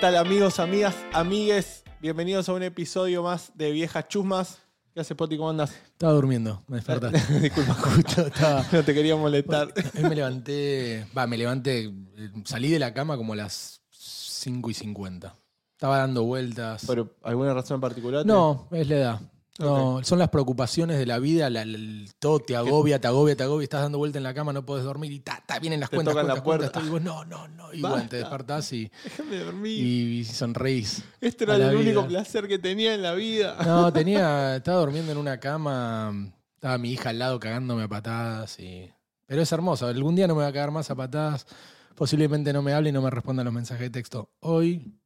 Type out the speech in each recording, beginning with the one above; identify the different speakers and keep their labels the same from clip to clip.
Speaker 1: tal, amigos, amigas, amigues? Bienvenidos a un episodio más de Viejas Chusmas. ¿Qué hace Poti? ¿Cómo andas?
Speaker 2: Estaba durmiendo, me despertaste.
Speaker 1: Disculpa,
Speaker 2: Justo estaba.
Speaker 1: no te quería molestar.
Speaker 2: Hoy me levanté. Va, me levanté. eh, Salí de la cama como a las 5 y 50. Estaba dando vueltas.
Speaker 1: ¿Por alguna razón en particular? te-
Speaker 2: No, es la edad. No, son las preocupaciones de la vida, la- la- el- todo te agobia, te agobia, te agobia, estás dando vuelta en la cama, no podés dormir y ta, ta, vienen las
Speaker 1: Te
Speaker 2: cuentas,
Speaker 1: tocan la
Speaker 2: cuentas, cuentas,
Speaker 1: puerta.
Speaker 2: todo, y vos, no, no, no, y bueno,
Speaker 1: Basta.
Speaker 2: te despertás y,
Speaker 1: Déjame dormir.
Speaker 2: y sonreís.
Speaker 1: este era
Speaker 2: a la
Speaker 1: el único
Speaker 2: vida.
Speaker 1: placer que tenía en la vida.
Speaker 2: No, tenía, estaba durmiendo en una cama, estaba mi hija al lado cagándome a patadas y... Pero es hermoso, algún día no me va a cagar más a patadas, posiblemente no me hable y no me responda los mensajes de texto. Hoy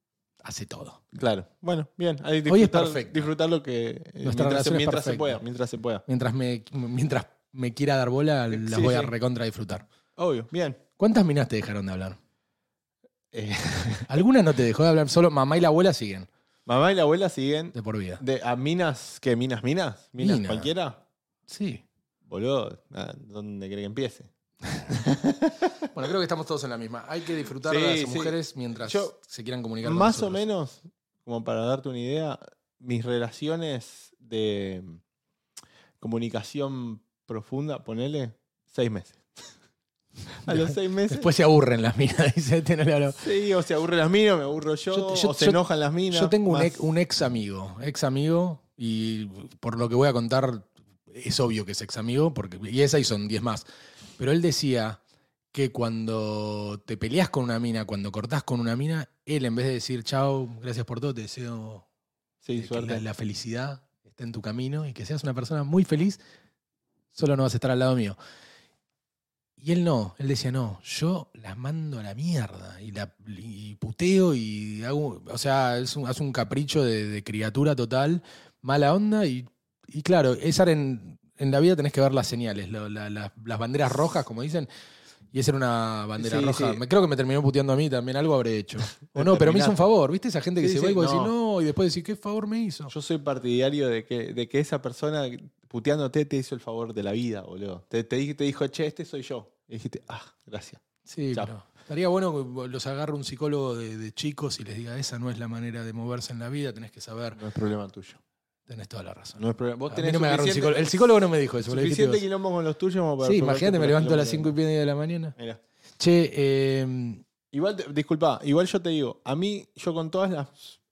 Speaker 2: hace todo.
Speaker 1: Claro. Bueno, bien. Ahí
Speaker 2: Hoy es
Speaker 1: disfrutar,
Speaker 2: perfecto.
Speaker 1: disfrutar lo que. eh,
Speaker 2: Nuestra
Speaker 1: mientras se,
Speaker 2: relación es
Speaker 1: mientras se
Speaker 2: perfecta.
Speaker 1: pueda. Mientras se pueda.
Speaker 2: Mientras me, mientras me quiera dar bola, las
Speaker 1: Sí,
Speaker 2: voy a
Speaker 1: sí.
Speaker 2: recontra disfrutar.
Speaker 1: Obvio. Bien.
Speaker 2: ¿Cuántas minas te dejaron de hablar?
Speaker 1: Eh,
Speaker 2: Algunas no te dejó de hablar, solo mamá y la abuela siguen
Speaker 1: mamá y la abuela siguen.
Speaker 2: de por vida.
Speaker 1: De, ¿A minas? ¿Qué? ¿Minas, minas? ¿Minas
Speaker 2: Mina.
Speaker 1: cualquiera?
Speaker 2: Sí.
Speaker 1: Boludo, nada, ¿dónde cree que empiece?
Speaker 2: Bueno, creo que estamos todos en la misma. Hay que disfrutar
Speaker 1: Sí,
Speaker 2: de las
Speaker 1: sí.
Speaker 2: mujeres mientras
Speaker 1: Yo-
Speaker 2: se quieran comunicar con
Speaker 1: Más o
Speaker 2: nosotros.
Speaker 1: menos, como para darte una idea, mis relaciones de mm, comunicación profunda, ponele, seis meses. A los seis meses.
Speaker 2: Después se aburren las minas, dice, "Este no le hablo".
Speaker 1: Sí, o se aburren las minas, me aburro yo,
Speaker 2: Yo- yo-
Speaker 1: o se
Speaker 2: yo-
Speaker 1: enojan las minas.
Speaker 2: Yo tengo un
Speaker 1: más-
Speaker 2: ex, un ex amigo, ex amigo, y por lo que voy a contar, es obvio que es ex amigo, porque, y esa y son 10 más. Pero él decía que cuando te peleas con una mina, cuando cortás con una mina, él en vez de decir chao, gracias por todo, te deseo
Speaker 1: Sí,
Speaker 2: que
Speaker 1: suerte.
Speaker 2: la, la felicidad esté en tu camino y que seas una persona muy feliz, solo no vas a estar al lado mío. Y él no, él decía, no, yo la mando a la mierda y la y puteo y hago, o sea, es un, hace un capricho de, de criatura total, mala onda y, y claro, esa en, en la vida tenés que ver las señales, lo- la- la- las banderas rojas, como dicen. Y esa era una bandera
Speaker 1: Sí,
Speaker 2: roja.
Speaker 1: sí.
Speaker 2: Me- Creo que me terminó puteando a mí también, algo habré hecho. O no, pero me hizo un
Speaker 1: terminaste.
Speaker 2: favor, ¿viste? Esa gente que
Speaker 1: Sí,
Speaker 2: se va
Speaker 1: sí,
Speaker 2: y vos
Speaker 1: no.
Speaker 2: decís, no, y después decís, ¿qué favor me hizo?
Speaker 1: Yo soy partidario de que, de que esa persona puteándote te hizo el favor de la vida, boludo. Te, te, di- te dijo, che, este soy yo. Y dijiste, ah, gracias.
Speaker 2: Sí,
Speaker 1: Chao.
Speaker 2: pero estaría bueno que los agarre un psicólogo de, de chicos y les diga, esa no es la manera de moverse en la vida, tenés que saber,
Speaker 1: No es problema tuyo.
Speaker 2: tenés toda la razón.
Speaker 1: No es problema.
Speaker 2: A
Speaker 1: Vos
Speaker 2: mí
Speaker 1: tenés
Speaker 2: no me agarró un
Speaker 1: suficiente-
Speaker 2: psicólogo. El psicólogo no me dijo eso. me lo dijiste
Speaker 1: Suficiente
Speaker 2: vos.
Speaker 1: quilombo con los tuyos como para
Speaker 2: Sí,
Speaker 1: resolver
Speaker 2: imagínate,
Speaker 1: tu
Speaker 2: me levanto a las 5
Speaker 1: quilombo.
Speaker 2: y media de la mañana.
Speaker 1: Mirá.
Speaker 2: Che, eh,
Speaker 1: Igual, te- disculpa, igual yo te digo, a mí, yo con todas las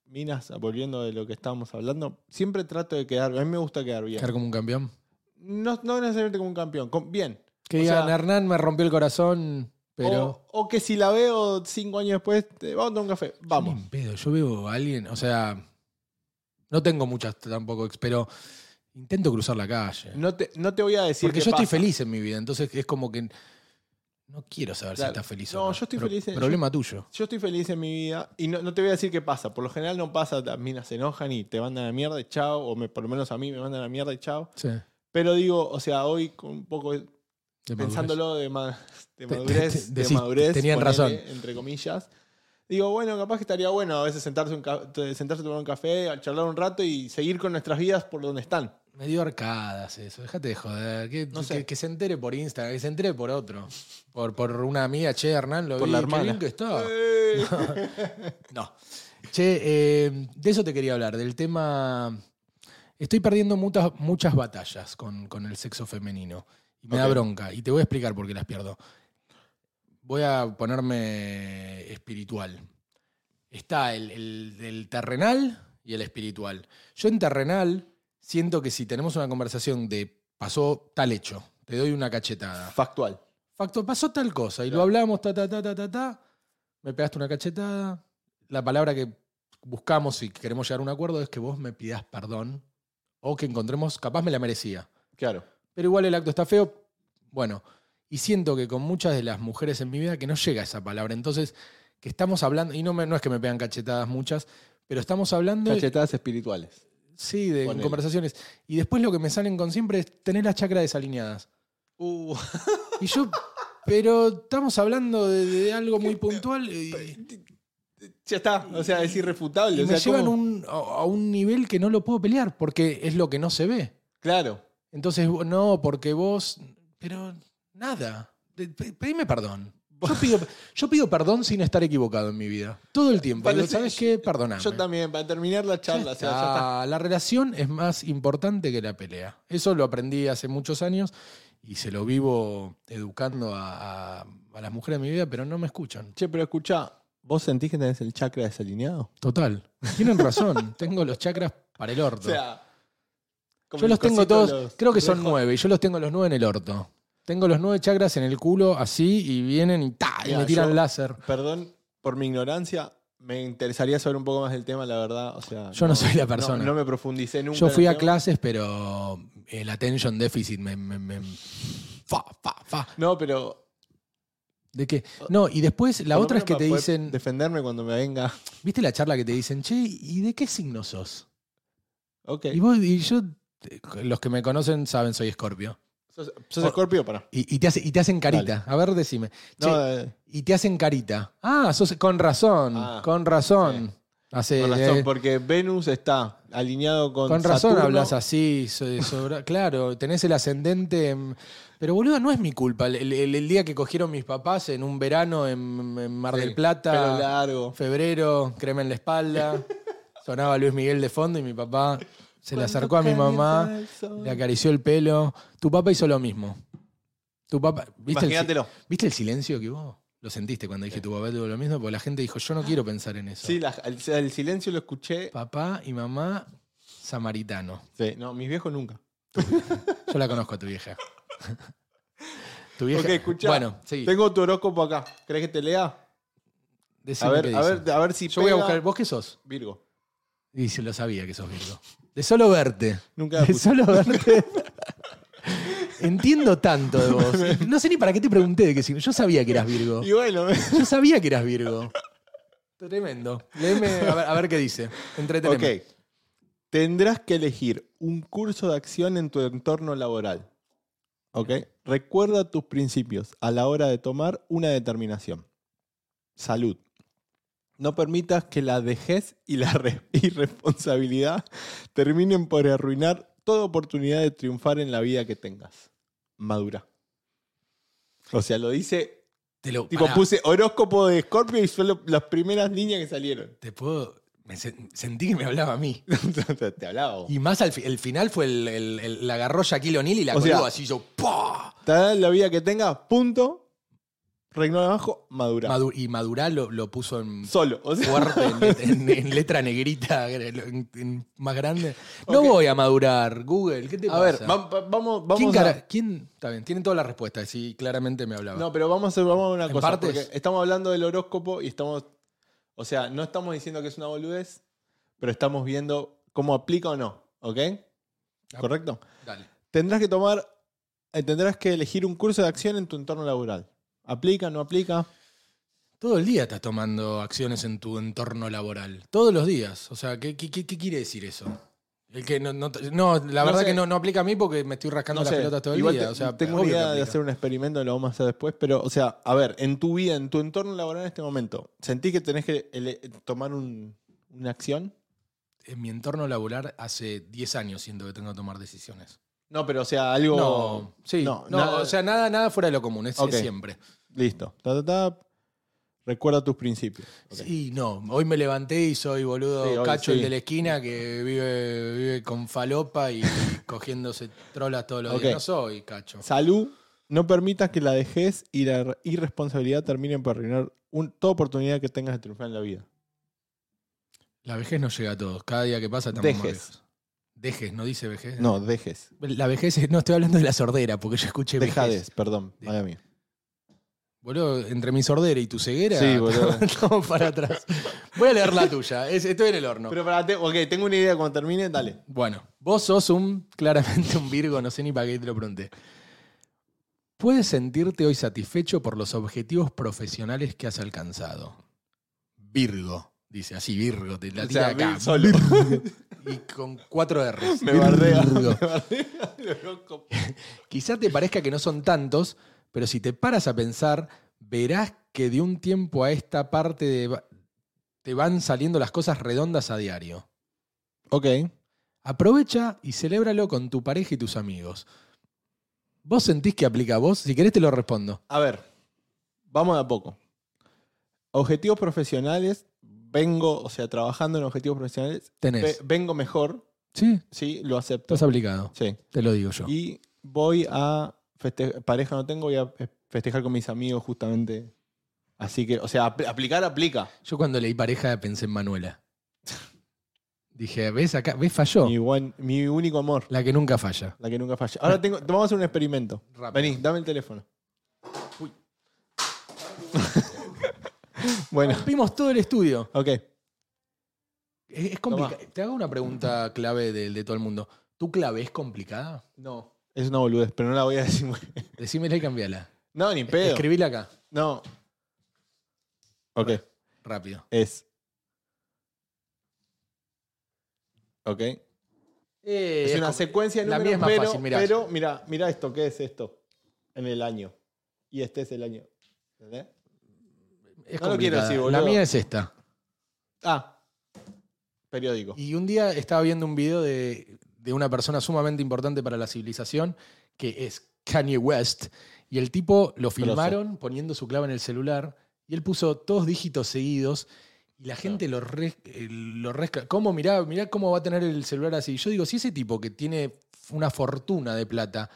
Speaker 1: minas, volviendo de lo que estábamos hablando, siempre trato de quedar, a mí me gusta quedar bien.
Speaker 2: quedar como un campeón.
Speaker 1: No, no necesariamente como un campeón, con- bien.
Speaker 2: Que
Speaker 1: O
Speaker 2: digan,
Speaker 1: sea- Oh,
Speaker 2: Hernán me rompió el corazón, pero...
Speaker 1: O, o que si la veo cinco años después, te- vamos a tomar un café,
Speaker 2: Ni
Speaker 1: vamos.
Speaker 2: en pedo, Yo veo a alguien, o sea, no tengo muchas tampoco, ex, pero intento cruzar la calle.
Speaker 1: No te, no te voy a decir
Speaker 2: Porque
Speaker 1: qué
Speaker 2: yo estoy
Speaker 1: pasa.
Speaker 2: feliz en mi vida, entonces es como que no quiero saber
Speaker 1: Claro.
Speaker 2: si estás feliz
Speaker 1: No,
Speaker 2: o no.
Speaker 1: yo estoy feliz en-
Speaker 2: Problema tuyo.
Speaker 1: Yo estoy feliz en mi vida y no, no te voy a decir qué pasa. Por lo general no pasa, las minas se enojan y te mandan a la mierda y chao, o me- por lo menos a mí me mandan a la mierda y chao.
Speaker 2: Sí.
Speaker 1: Pero digo, o sea, hoy con un poco
Speaker 2: de madurez.
Speaker 1: pensándolo de, ma-
Speaker 2: Te-
Speaker 1: de
Speaker 2: te-
Speaker 1: madurez,
Speaker 2: te-
Speaker 1: de
Speaker 2: decís,
Speaker 1: madurez,
Speaker 2: tenían
Speaker 1: ponele,
Speaker 2: razón.
Speaker 1: entre comillas. Digo, bueno, capaz que estaría bueno a veces sentarse, un ca- te- sentarse a tomar un café, a charlar un rato y seguir con nuestras vidas por donde están.
Speaker 2: Medio arcadas eso, déjate de joder. Que,
Speaker 1: No sé.
Speaker 2: que- que se entere por Instagram, que se entere por otro. Por, por una amiga, che, Hernán, lo
Speaker 1: Por
Speaker 2: vi,
Speaker 1: la
Speaker 2: qué
Speaker 1: hermana.
Speaker 2: bien que está.
Speaker 1: ¡Eh!
Speaker 2: No. Che, eh, de eso te quería hablar, del tema... Estoy perdiendo muchas, muchas batallas con, con el sexo femenino. Y me da
Speaker 1: Ok.
Speaker 2: bronca. Y te voy a explicar por qué las pierdo. Voy a ponerme espiritual. Está el, el- el terrenal y el espiritual. Yo en terrenal siento que si tenemos una conversación de pasó tal hecho, te doy una cachetada.
Speaker 1: Factual.
Speaker 2: Facto, pasó tal cosa y
Speaker 1: Claro.
Speaker 2: lo hablamos, ta, ta, ta, ta, ta, ta. Me pegaste una cachetada. La palabra que buscamos y que queremos llegar a un acuerdo es que vos me pidas perdón o que encontremos, capaz me la merecía.
Speaker 1: Claro.
Speaker 2: Pero igual el acto está feo. Bueno, y siento que con muchas de las mujeres en mi vida que no llega esa palabra. Entonces, que estamos hablando, y no, me- no es que me pegan cachetadas muchas, pero estamos hablando.
Speaker 1: Cachetadas espirituales.
Speaker 2: Sí, de
Speaker 1: Ponele.
Speaker 2: conversaciones. Y después lo que me salen con siempre es tener las chakras desalineadas. Uh. Y yo, pero estamos hablando de, de algo muy puntual y,
Speaker 1: ya está, o sea, es irrefutable.
Speaker 2: y
Speaker 1: o
Speaker 2: me
Speaker 1: sea,
Speaker 2: llevan
Speaker 1: ¿cómo?
Speaker 2: un- a- a un nivel que no lo puedo pelear porque es lo que no se ve.
Speaker 1: Claro.
Speaker 2: Entonces, no, porque vos, pero nada, De- pe- pedime perdón. Yo pido, yo pido perdón sin estar equivocado en mi vida. Todo el tiempo. Digo,
Speaker 1: Parece-
Speaker 2: ¿Sabes qué? Perdoname.
Speaker 1: Yo también, para terminar la charla, o sea, ya está.
Speaker 2: Ah, La relación es más importante que la pelea. Eso lo aprendí hace muchos años y se lo vivo educando a, a- a las mujeres de mi vida, pero no me escuchan.
Speaker 1: Che, pero escucha, ¿vos sentís que tenés el chakra desalineado?
Speaker 2: Total. Tienen razón. tengo los chakras para el orto.
Speaker 1: como
Speaker 2: yo
Speaker 1: el
Speaker 2: los tengo
Speaker 1: cosito,
Speaker 2: todos,
Speaker 1: los-
Speaker 2: creo que son
Speaker 1: los-
Speaker 2: nueve, y yo los tengo los nueve en el orto. Tengo los nueve chakras en el culo así y vienen y, ta, y
Speaker 1: Mirá,
Speaker 2: me tiran
Speaker 1: yo-
Speaker 2: láser.
Speaker 1: Perdón por mi ignorancia, me interesaría saber un poco más del tema, la verdad. O sea,
Speaker 2: Yo no soy la persona.
Speaker 1: No, no me profundicé nunca.
Speaker 2: Yo
Speaker 1: en el
Speaker 2: fui a
Speaker 1: tema.
Speaker 2: clases, pero el attention deficit me... me- me- fa, fa, fa.
Speaker 1: No, pero.
Speaker 2: ¿De qué? No, y después la
Speaker 1: por lo
Speaker 2: otra es
Speaker 1: menos
Speaker 2: que
Speaker 1: para
Speaker 2: te
Speaker 1: poder
Speaker 2: dicen...
Speaker 1: Defenderme cuando me venga.
Speaker 2: ¿Viste la charla que te dicen, che, ¿y de qué signo sos?
Speaker 1: Ok.
Speaker 2: Y, vos, y yo, te- los que me conocen saben, soy escorpio.
Speaker 1: ¿Sos, sos escorpio? Para.
Speaker 2: Y, y te hace- y te hacen carita. A ver, decime.
Speaker 1: No,
Speaker 2: Che,
Speaker 1: eh,
Speaker 2: y te hacen carita. Ah, sos, con razón,
Speaker 1: Ah,
Speaker 2: con razón. Hace,
Speaker 1: con
Speaker 2: eh,
Speaker 1: razón, porque Venus está alineado con.
Speaker 2: con razón
Speaker 1: Saturno.
Speaker 2: hablas así, so- sobra- claro, tenés el ascendente. en- Pero boludo, no es mi culpa. El, el- el día que cogieron mis papás en un verano en, en Mar del
Speaker 1: Sí,
Speaker 2: Plata.
Speaker 1: Pelo largo.
Speaker 2: febrero, crema en la espalda. Sonaba Luis Miguel de fondo y mi papá se le acercó a mi mamá, le acarició el pelo. Tu papá hizo lo mismo. Tu papá, ¿viste, el, si-
Speaker 1: Imagínatelo.
Speaker 2: ¿viste el silencio que vos lo sentiste cuando dije tu papá tuvo lo mismo? Porque la gente dijo, yo no quiero pensar en eso.
Speaker 1: Ah, Sí, la- el, el silencio lo escuché.
Speaker 2: Papá y mamá samaritano.
Speaker 1: Sí, no, mis viejos nunca.
Speaker 2: Yo la conozco a tu vieja. tu vieja.
Speaker 1: Ok, escuchá.
Speaker 2: Bueno, sí.
Speaker 1: Tengo tu horóscopo acá. ¿Crees que te lea?
Speaker 2: decime
Speaker 1: A ver,
Speaker 2: qué
Speaker 1: a
Speaker 2: dice.
Speaker 1: ver, a ver si
Speaker 2: Yo voy a
Speaker 1: pega.
Speaker 2: buscar. ¿Vos qué sos?
Speaker 1: Virgo.
Speaker 2: Y se lo sabía que sos Virgo. De solo verte.
Speaker 1: Nunca la
Speaker 2: De
Speaker 1: puse.
Speaker 2: solo verte. Entiendo tanto de vos. No sé ni para qué te pregunté de qué signo. Yo sabía que eras Virgo.
Speaker 1: Y bueno,
Speaker 2: Yo sabía que eras Virgo. Tremendo. Léeme, a ver, a ver qué dice. Entreteneme.
Speaker 1: ok. Tendrás que elegir un curso de acción en tu entorno laboral. Ok. Recuerda tus principios a la hora de tomar una determinación. Salud. No permitas que la dejez y la re- irresponsabilidad terminen por arruinar toda oportunidad de triunfar en la vida que tengas. Madura. O sea, lo dice.
Speaker 2: Te lo
Speaker 1: Tipo,
Speaker 2: pará,
Speaker 1: puse horóscopo de Scorpio y son lo- las primeras líneas que salieron.
Speaker 2: Te puedo. me sen- sentí que me hablaba a mí.
Speaker 1: Te hablaba. vos.
Speaker 2: Y más al fi- el final fue el, el, el- la agarró Shaquille O'Neal y la
Speaker 1: O
Speaker 2: colgó
Speaker 1: sea,
Speaker 2: así yo. ¡pah!
Speaker 1: Te da la vida que tenga, punto. Regnón abajo, madura.
Speaker 2: Madu- y Madurá lo, lo puso en
Speaker 1: Solo. O sea,
Speaker 2: fuerte en, let- en- en letra negrita, en- en más grande. No
Speaker 1: Ok.
Speaker 2: voy a madurar, Google, ¿qué te
Speaker 1: a
Speaker 2: pasa?
Speaker 1: ver, va- va- vamos, vamos
Speaker 2: ¿Quién,
Speaker 1: a-
Speaker 2: cara- quién- Está bien, tienen todas las respuestas, sí, claramente me hablaba.
Speaker 1: No, pero vamos a, vamos a una
Speaker 2: En
Speaker 1: cosa.
Speaker 2: partes.
Speaker 1: Porque estamos hablando del horóscopo y estamos. O sea, no estamos diciendo que es una boludez, pero estamos viendo cómo aplica o no. ¿Ok?
Speaker 2: Ah.
Speaker 1: ¿Correcto?
Speaker 2: Dale.
Speaker 1: Tendrás que tomar. eh, Tendrás que elegir un curso de acción en tu entorno laboral. ¿Aplica, no aplica?
Speaker 2: Todo el día estás tomando acciones en tu entorno laboral. Todos los días. O sea, ¿qué, qué- qué- qué quiere decir eso? El que no, no- no, la
Speaker 1: No
Speaker 2: verdad
Speaker 1: sé.
Speaker 2: que no, no aplica a mí porque me estoy rascando
Speaker 1: No
Speaker 2: las
Speaker 1: sé,
Speaker 2: pelotas todo el
Speaker 1: igual
Speaker 2: día.
Speaker 1: te-
Speaker 2: o sea,
Speaker 1: tengo una
Speaker 2: obvio que
Speaker 1: idea de
Speaker 2: aplica.
Speaker 1: hacer un experimento, lo vamos a hacer después, pero, o sea, a ver, en tu vida, en tu entorno laboral en este momento, ¿sentís que tenés que ele- tomar un- una acción?
Speaker 2: En mi entorno laboral hace 10 años siento que tengo que tomar decisiones.
Speaker 1: No, pero, o sea, algo...
Speaker 2: No, sí. No,
Speaker 1: no, nada-
Speaker 2: o sea, nada, nada fuera de lo común, es- es
Speaker 1: Ok.
Speaker 2: siempre.
Speaker 1: Listo. Ta, ta, ta. Recuerda tus principios. Ok.
Speaker 2: Sí, no. Hoy me levanté y soy boludo
Speaker 1: Sí, hoy
Speaker 2: cacho
Speaker 1: sí.
Speaker 2: el de la esquina que vive, vive con falopa y cogiéndose trolas todos los
Speaker 1: Ok.
Speaker 2: días. No soy cacho.
Speaker 1: Salud. No permitas que la dejez y la ir- irresponsabilidad terminen por arruinar un- toda oportunidad que tengas de triunfar en la vida.
Speaker 2: La vejez nos llega a todos. Cada día que pasa estamos
Speaker 1: Dejes.
Speaker 2: más viejos. Dejes, no dice vejez.
Speaker 1: No, dejes.
Speaker 2: La vejez es- no estoy hablando de la sordera, porque yo escuché vejez.
Speaker 1: Dejades, perdón. Madre mía.
Speaker 2: Boludo, entre mi sordera y tu ceguera,
Speaker 1: Sí, boludo.
Speaker 2: estamos para atrás. Voy a leer la tuya. Es- estoy en el horno.
Speaker 1: Pero para, ok, tengo una idea cuando termine, dale.
Speaker 2: Bueno, vos sos un, claramente un Virgo, no sé ni para qué te lo pregunté. ¿Puedes sentirte hoy satisfecho por los objetivos profesionales que has alcanzado? Virgo, dice así, Virgo, te la
Speaker 1: O
Speaker 2: tira
Speaker 1: sea,
Speaker 2: acá.
Speaker 1: vi- solo.
Speaker 2: Y con cuatro R's.
Speaker 1: Me bardea.
Speaker 2: Virgo.
Speaker 1: Me bardea el horóscopo.
Speaker 2: Quizá te parezca que no son tantos, pero si te paras a pensar, verás que de un tiempo a esta parte de- te van saliendo las cosas redondas a diario.
Speaker 1: Ok.
Speaker 2: Aprovecha y celébralo con tu pareja y tus amigos. ¿Vos sentís que aplica a vos? Si querés te lo respondo.
Speaker 1: A ver. Vamos de a poco. Objetivos profesionales, vengo, o sea, trabajando en objetivos profesionales, ve-
Speaker 2: Tenés.
Speaker 1: vengo mejor,
Speaker 2: Sí,
Speaker 1: sí, lo acepto.
Speaker 2: estás aplicado.
Speaker 1: Sí.
Speaker 2: Te lo digo yo.
Speaker 1: Y voy a festejar, pareja no tengo, voy a festejar con mis amigos justamente. Así que, o sea, apl- aplicar aplica.
Speaker 2: Yo cuando leí pareja pensé en Manuela. Dije, ¿ves acá? ¿Ves? Falló.
Speaker 1: Mi, buen- mi único amor,
Speaker 2: La que nunca falla.
Speaker 1: la que nunca falla. Ahora tengo, vamos a hacer un experimento.
Speaker 2: Rápido.
Speaker 1: Vení, dame el teléfono. bueno,
Speaker 2: Vimos todo el estudio.
Speaker 1: ok.
Speaker 2: Es, es complicado. Te hago una pregunta clave de, de todo el mundo. ¿Tu clave es complicada?
Speaker 1: No, es una boludez, pero no la voy a decir. muy-
Speaker 2: Decímela y cambiala.
Speaker 1: No, ni pedo.
Speaker 2: Escribila acá,
Speaker 1: No. Ok,
Speaker 2: rápido.
Speaker 1: es. Ok.
Speaker 2: Eh,
Speaker 1: es una
Speaker 2: como-
Speaker 1: secuencia de
Speaker 2: la
Speaker 1: números,
Speaker 2: mía es más
Speaker 1: pero,
Speaker 2: fácil, mirá.
Speaker 1: pero mira, mira esto, ¿qué es esto? En el año. Y este es el año. ¿Entendés?
Speaker 2: es
Speaker 1: no lo quiero
Speaker 2: complicada.
Speaker 1: decir, boludo.
Speaker 2: La mía es esta.
Speaker 1: Ah, periódico.
Speaker 2: Y un día estaba viendo un video de, de una persona sumamente importante para la civilización, que es Kanye West, y el tipo lo filmaron poniendo su clave en el celular, y él puso dos dígitos seguidos, y la gente lo, re- eh, lo resca- ¿Cómo? Mirá, mirá cómo va a tener el celular así. Yo digo, si ese tipo que tiene una fortuna de plata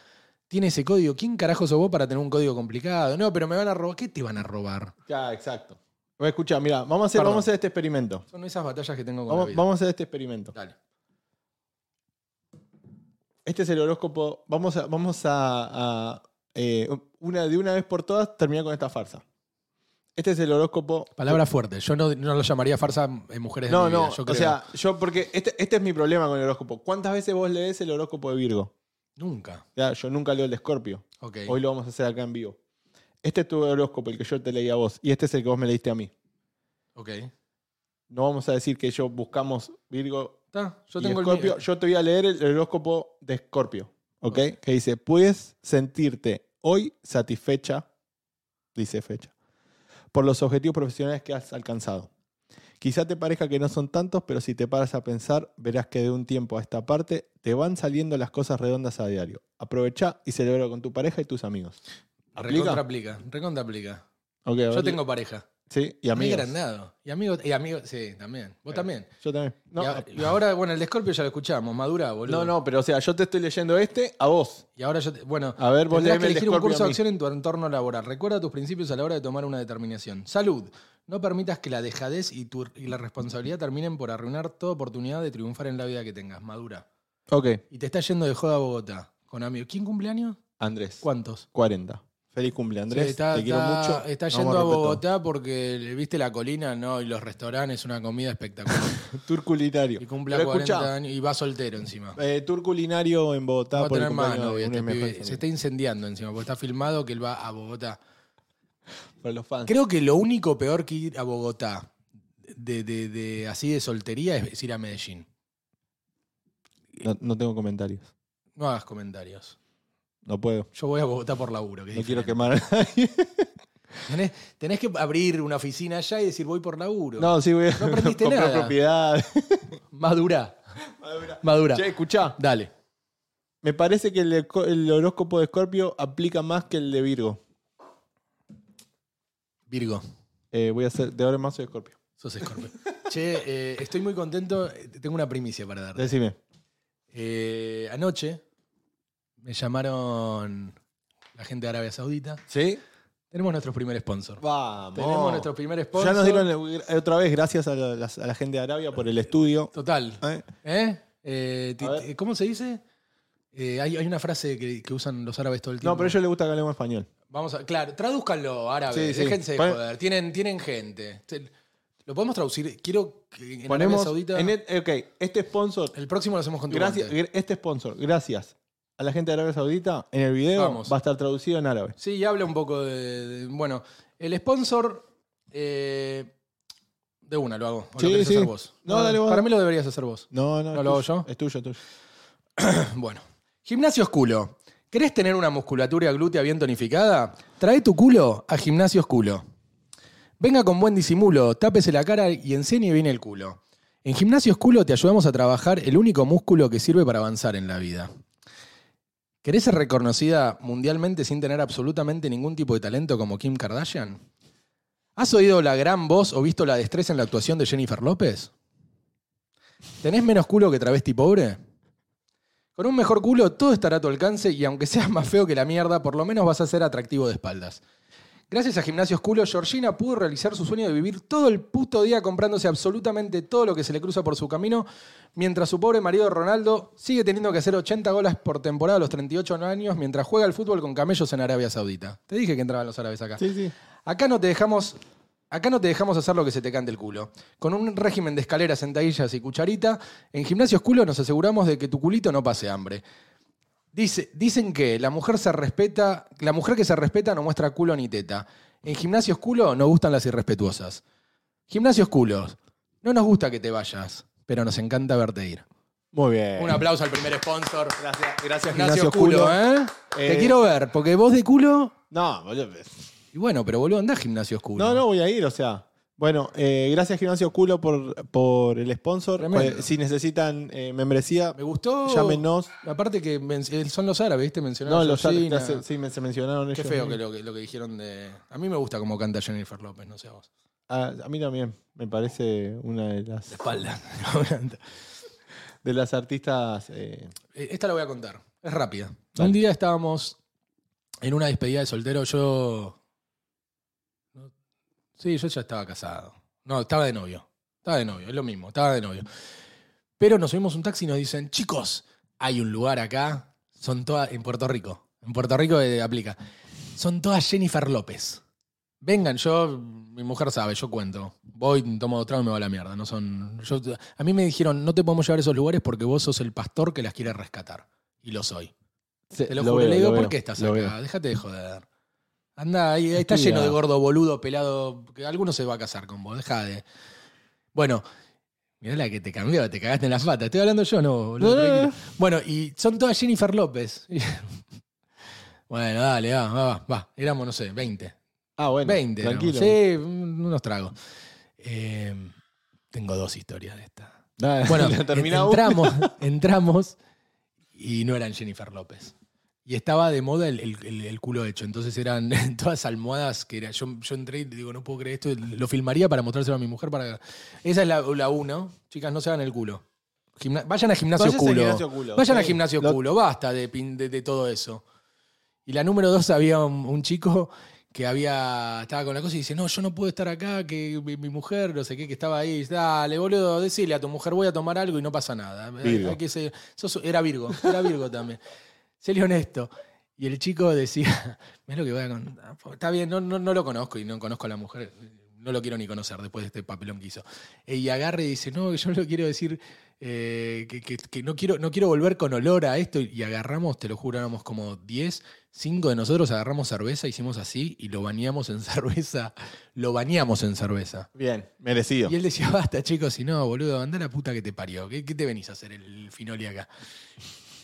Speaker 2: tiene ese código, ¿quién carajo sos vos para tener un código complicado? No, pero me van a robar. ¿Qué te van a robar?
Speaker 1: Ya, exacto. Voy a escuchar, mira, vamos a hacer,
Speaker 2: Perdón.
Speaker 1: vamos a hacer este experimento.
Speaker 2: Son esas batallas que tengo con la
Speaker 1: Vamos,
Speaker 2: vida.
Speaker 1: vamos a hacer este experimento.
Speaker 2: Dale.
Speaker 1: Este es el horóscopo. Vamos a, vamos a, a, eh, una, de una vez por todas terminar con esta farsa. Este es el horóscopo.
Speaker 2: Palabra fuerte. Yo no, no lo llamaría farsa en mujeres de
Speaker 1: No,
Speaker 2: mi vida,
Speaker 1: no,
Speaker 2: yo
Speaker 1: o
Speaker 2: creo.
Speaker 1: sea, yo porque este, este es mi problema con el horóscopo. ¿Cuántas veces vos lees el horóscopo de Virgo?
Speaker 2: Nunca.
Speaker 1: Ya, yo nunca leo el de Escorpio.
Speaker 2: Ok.
Speaker 1: Hoy lo vamos a hacer acá en vivo. Este es tu horóscopo, el que yo te leí a vos, y este es el que vos me leíste a mí.
Speaker 2: Ok.
Speaker 1: No vamos a decir que yo buscamos Virgo
Speaker 2: Está, yo
Speaker 1: Y
Speaker 2: tengo el
Speaker 1: Scorpio,
Speaker 2: mío.
Speaker 1: yo te voy a leer el horóscopo de Escorpio, ¿ok? Que dice, puedes sentirte hoy satisfecha, dice fecha, por los objetivos profesionales que has alcanzado. Quizá te parezca que no son tantos, pero si te paras a pensar, verás que de un tiempo a esta parte te van saliendo las cosas redondas a diario. Aprovecha y celebra con tu pareja y tus amigos. ¿Aplica?
Speaker 2: Recontra aplica. Recontra aplica.
Speaker 1: Ok, a
Speaker 2: Yo
Speaker 1: ver.
Speaker 2: tengo pareja.
Speaker 1: Sí, y
Speaker 2: Muy
Speaker 1: amigos.
Speaker 2: agrandado. Y amigos, y amigos, sí, también. Vos también.
Speaker 1: Yo también. No,
Speaker 2: y, a- y ahora, bueno, el de Scorpio ya lo escuchamos. Madura, boludo.
Speaker 1: no, no, pero o sea, yo te estoy leyendo este a vos.
Speaker 2: Y ahora yo, te- bueno,
Speaker 1: A ver, vos
Speaker 2: tendrás que
Speaker 1: léeme el de
Speaker 2: elegir un
Speaker 1: Scorpio
Speaker 2: curso
Speaker 1: a
Speaker 2: de
Speaker 1: mí.
Speaker 2: acción en tu entorno laboral. Recuerda tus principios a la hora de tomar una determinación. Salud. No permitas que la dejadez y, tu, y la responsabilidad terminen por arruinar toda oportunidad de triunfar en la vida que tengas. Madura.
Speaker 1: Ok,
Speaker 2: Y te está yendo de joda a Bogotá con amigos. ¿Quién cumple años?
Speaker 1: Andrés.
Speaker 2: ¿Cuántos?
Speaker 1: 40. Feliz cumple, Andrés.
Speaker 2: Sí, está,
Speaker 1: Te quiero
Speaker 2: está-
Speaker 1: mucho.
Speaker 2: Está
Speaker 1: Nos
Speaker 2: yendo
Speaker 1: vamos
Speaker 2: a
Speaker 1: respeto.
Speaker 2: Bogotá porque viste la colina, no, y los restaurantes, una comida espectacular.
Speaker 1: Tour culinario.
Speaker 2: Y cumple a
Speaker 1: Pero
Speaker 2: 40
Speaker 1: escuchá,
Speaker 2: años y va soltero encima.
Speaker 1: eh, tour culinario en Bogotá
Speaker 2: va a
Speaker 1: por el
Speaker 2: tener más
Speaker 1: cumpleaños de
Speaker 2: novia este
Speaker 1: uno de mis
Speaker 2: pibe.
Speaker 1: mejores
Speaker 2: Se está
Speaker 1: amigos.
Speaker 2: incendiando encima porque está filmado que él va a Bogotá.
Speaker 1: Para los fans.
Speaker 2: Creo que lo único peor que ir a Bogotá de, de- de- así de soltería es ir a Medellín.
Speaker 1: No, no tengo comentarios.
Speaker 2: No hagas comentarios.
Speaker 1: No puedo.
Speaker 2: Yo voy a Bogotá por laburo. que es
Speaker 1: No quiero
Speaker 2: diferente.
Speaker 1: quemar a nadie.
Speaker 2: Tenés, tenés que abrir una oficina allá y decir voy por laburo.
Speaker 1: No, sí, voy a
Speaker 2: No aprendiste
Speaker 1: comprar
Speaker 2: nada.
Speaker 1: propiedad.
Speaker 2: Madura. Madura.
Speaker 1: Che, escuchá.
Speaker 2: Dale.
Speaker 1: Me parece que el, de co- el horóscopo de Escorpio aplica más que el de Virgo.
Speaker 2: Virgo.
Speaker 1: Eh, voy a hacer de ahora en más soy Escorpio.
Speaker 2: Sos escorpio. che, eh, estoy muy contento. Eh, Tengo una primicia para darte.
Speaker 1: Decime.
Speaker 2: Eh, anoche me llamaron la gente de Arabia Saudita.
Speaker 1: ¿Sí?
Speaker 2: Tenemos nuestro primer sponsor.
Speaker 1: Vamos.
Speaker 2: Tenemos nuestro primer sponsor.
Speaker 1: ya nos dieron eh, otra vez gracias a la, a la gente de Arabia por el estudio.
Speaker 2: Total.
Speaker 1: Eh,
Speaker 2: ¿Eh? Eh, ti-
Speaker 1: A ver.
Speaker 2: ti- ¿Cómo se dice? Eh, hay, hay una frase que, que usan los árabes todo el tiempo.
Speaker 1: No, pero a ellos les gusta que hablemos español.
Speaker 2: Vamos a. Claro, tradúzcanlo árabe.
Speaker 1: Sí, sí.
Speaker 2: Déjense de
Speaker 1: Pon-
Speaker 2: joder. Tienen, tienen gente. Te- Lo podemos traducir. Quiero que en
Speaker 1: Ponemos
Speaker 2: Arabia Saudita.
Speaker 1: en et- ok, este sponsor,
Speaker 2: el próximo lo hacemos con tu
Speaker 1: gracias,
Speaker 2: guante.
Speaker 1: gr- este sponsor, gracias a la gente de Arabia Saudita, en el video
Speaker 2: Vamos.
Speaker 1: va a estar traducido en árabe.
Speaker 2: Sí, y habla un poco de. de- bueno, el sponsor. eh, de una lo hago. ¿O
Speaker 1: Sí,
Speaker 2: lo querés
Speaker 1: sí.
Speaker 2: hacer vos?
Speaker 1: No, dale vos.
Speaker 2: Para mí lo deberías hacer vos.
Speaker 1: No, no,
Speaker 2: ¿No
Speaker 1: es
Speaker 2: lo hago
Speaker 1: tuyo,
Speaker 2: yo?
Speaker 1: Es tuyo, es tuyo.
Speaker 2: Bueno. Gimnasios Culo. ¿Querés tener una musculatura glútea bien tonificada? Trae tu culo a Gimnasios Culo. Venga con buen disimulo, tápese la cara y enseñe bien el culo. En Gimnasios Culo te ayudamos a trabajar el único músculo que sirve para avanzar en la vida. ¿Querés ser reconocida mundialmente sin tener absolutamente ningún tipo de talento como Kim Kardashian? ¿Has oído la gran voz o visto la destreza en la actuación de Jennifer López? ¿Tenés menos culo que travesti pobre? Con un mejor culo todo estará a tu alcance y aunque seas más feo que la mierda, por lo menos vas a ser atractivo de espaldas. Gracias a Gimnasios Culo, Georgina pudo realizar su sueño de vivir todo el puto día comprándose absolutamente todo lo que se le cruza por su camino, mientras su pobre marido Ronaldo sigue teniendo que hacer 80 golas por temporada a los 38 años mientras juega al fútbol con camellos en Arabia Saudita. Te dije que entraban los árabes acá.
Speaker 1: Sí, sí.
Speaker 2: Acá no te dejamos. Acá no te dejamos hacer lo que se te cante el culo. Con un régimen de escaleras, sentadillas y cucharita, en Gimnasios Culo nos aseguramos de que tu culito no pase hambre. Dice- dicen que la mujer se respeta, la mujer que se respeta no muestra culo ni teta. En Gimnasios Culo no gustan las irrespetuosas. Gimnasios Culos, no nos gusta que te vayas, pero nos encanta verte ir.
Speaker 1: Muy bien.
Speaker 2: Un aplauso al primer sponsor.
Speaker 1: Gracias, gracias
Speaker 2: Gimnasios Culo, ¿eh? Te
Speaker 1: Eh,
Speaker 2: quiero ver, porque vos de culo.
Speaker 1: No, boludo.
Speaker 2: Y bueno, pero boludo, andá a Gimnasios Culo.
Speaker 1: No, no voy a ir, o sea. Bueno, eh, gracias Gimnasio Culo por, por el sponsor.
Speaker 2: Tremendo.
Speaker 1: Pues, si necesitan eh, membresía,
Speaker 2: Me gustó.
Speaker 1: llámenos.
Speaker 2: Aparte que men- eh, son los árabes, ¿viste? Mencionaron
Speaker 1: No,
Speaker 2: a
Speaker 1: los
Speaker 2: Georgina.
Speaker 1: se, sí, me- se mencionaron
Speaker 2: Qué
Speaker 1: ellos.
Speaker 2: feo que lo, que lo que dijeron de... A mí me gusta cómo canta Jennifer López, no sé a vos.
Speaker 1: Ah, a mí también, me parece una de las,
Speaker 2: Espalda.
Speaker 1: de las artistas. eh,
Speaker 2: Eh, Esta la voy a contar. Es rápida.
Speaker 1: Dale.
Speaker 2: Un día estábamos en una despedida de soltero. Yo. no- Sí, yo ya estaba casado. No, estaba de novio. Estaba de novio, es lo mismo, estaba de novio. Pero nos subimos a un taxi y nos dicen, chicos, hay un lugar acá. Son todas. En Puerto Rico. En Puerto Rico eh, aplica. Son todas Jennifer López. Vengan, yo, mi mujer sabe, yo cuento. Voy, tomo otro trago y me va a la mierda. No son, yo- a mí me dijeron, no te podemos llevar a esos lugares porque vos sos el pastor que las quiere rescatar. Y lo soy.
Speaker 1: se-
Speaker 2: Te lo,
Speaker 1: lo
Speaker 2: juro,
Speaker 1: veo,
Speaker 2: le digo,
Speaker 1: lo
Speaker 2: ¿por
Speaker 1: veo,
Speaker 2: qué estás
Speaker 1: lo
Speaker 2: acá?
Speaker 1: veo.
Speaker 2: Déjate de joder. Anda, ahí, ahí está
Speaker 1: Estoy
Speaker 2: lleno de
Speaker 1: a-
Speaker 2: gordo, boludo, pelado. que Alguno se va a casar con vos, deja de. Bueno, mirá la que te cambió, te cagaste en las patas. Estoy hablando yo, no, boludo.
Speaker 1: No, no,
Speaker 2: tranquilo. Bueno, y son todas Jennifer López. bueno, dale, va, va, va, va. Éramos, no sé, 20.
Speaker 1: Ah, bueno.
Speaker 2: 20.
Speaker 1: tranquilo.
Speaker 2: éramos. Sí, un- unos tragos. Eh, tengo dos historias de esta.
Speaker 1: Dale,
Speaker 2: Bueno,
Speaker 1: la terminamos.
Speaker 2: entramos, entramos y no eran Jennifer López. Y estaba de moda el, el- el- el culo hecho. Entonces eran todas almohadas que era. Yo, yo entré y digo, no puedo creer esto. Lo filmaría para mostrárselo a mi mujer. Para... Esa es la, la uno. Chicas, no se hagan el culo. Gimna- Vayan a gimnasio
Speaker 1: Vayan a
Speaker 2: culo.
Speaker 1: Gimnasio Culo,
Speaker 2: Vayan a
Speaker 1: sí.
Speaker 2: gimnasio
Speaker 1: Lo-
Speaker 2: culo. Basta de, pin- de- de todo eso. Y la número dos había un, un chico que había estaba con la cosa y dice, no, yo no puedo estar acá, que mi, mi mujer, no sé qué, que estaba ahí. Dale, boludo, decile a tu mujer, voy a tomar algo y no pasa nada.
Speaker 1: Virgo.
Speaker 2: Hay que ser- sos- era Virgo, era Virgo también. Sería honesto. Y el chico decía, mirá lo que voy a contar. Está bien, no, no, no lo conozco y no conozco a la mujer. No lo quiero ni conocer después de este papelón que hizo. Eh, Y agarre y dice, no, yo lo quiero decir eh, que, que- que no, quiero, no quiero volver con olor a esto. Y agarramos, te lo juro, éramos como 10, 5 de nosotros agarramos cerveza, hicimos así y lo bañamos en cerveza. Lo bañamos en cerveza.
Speaker 1: Bien, merecido.
Speaker 2: Y él decía, basta, chicos, si no, boludo, anda la puta que te parió. ¿Qué, qué te venís a hacer el finoli acá?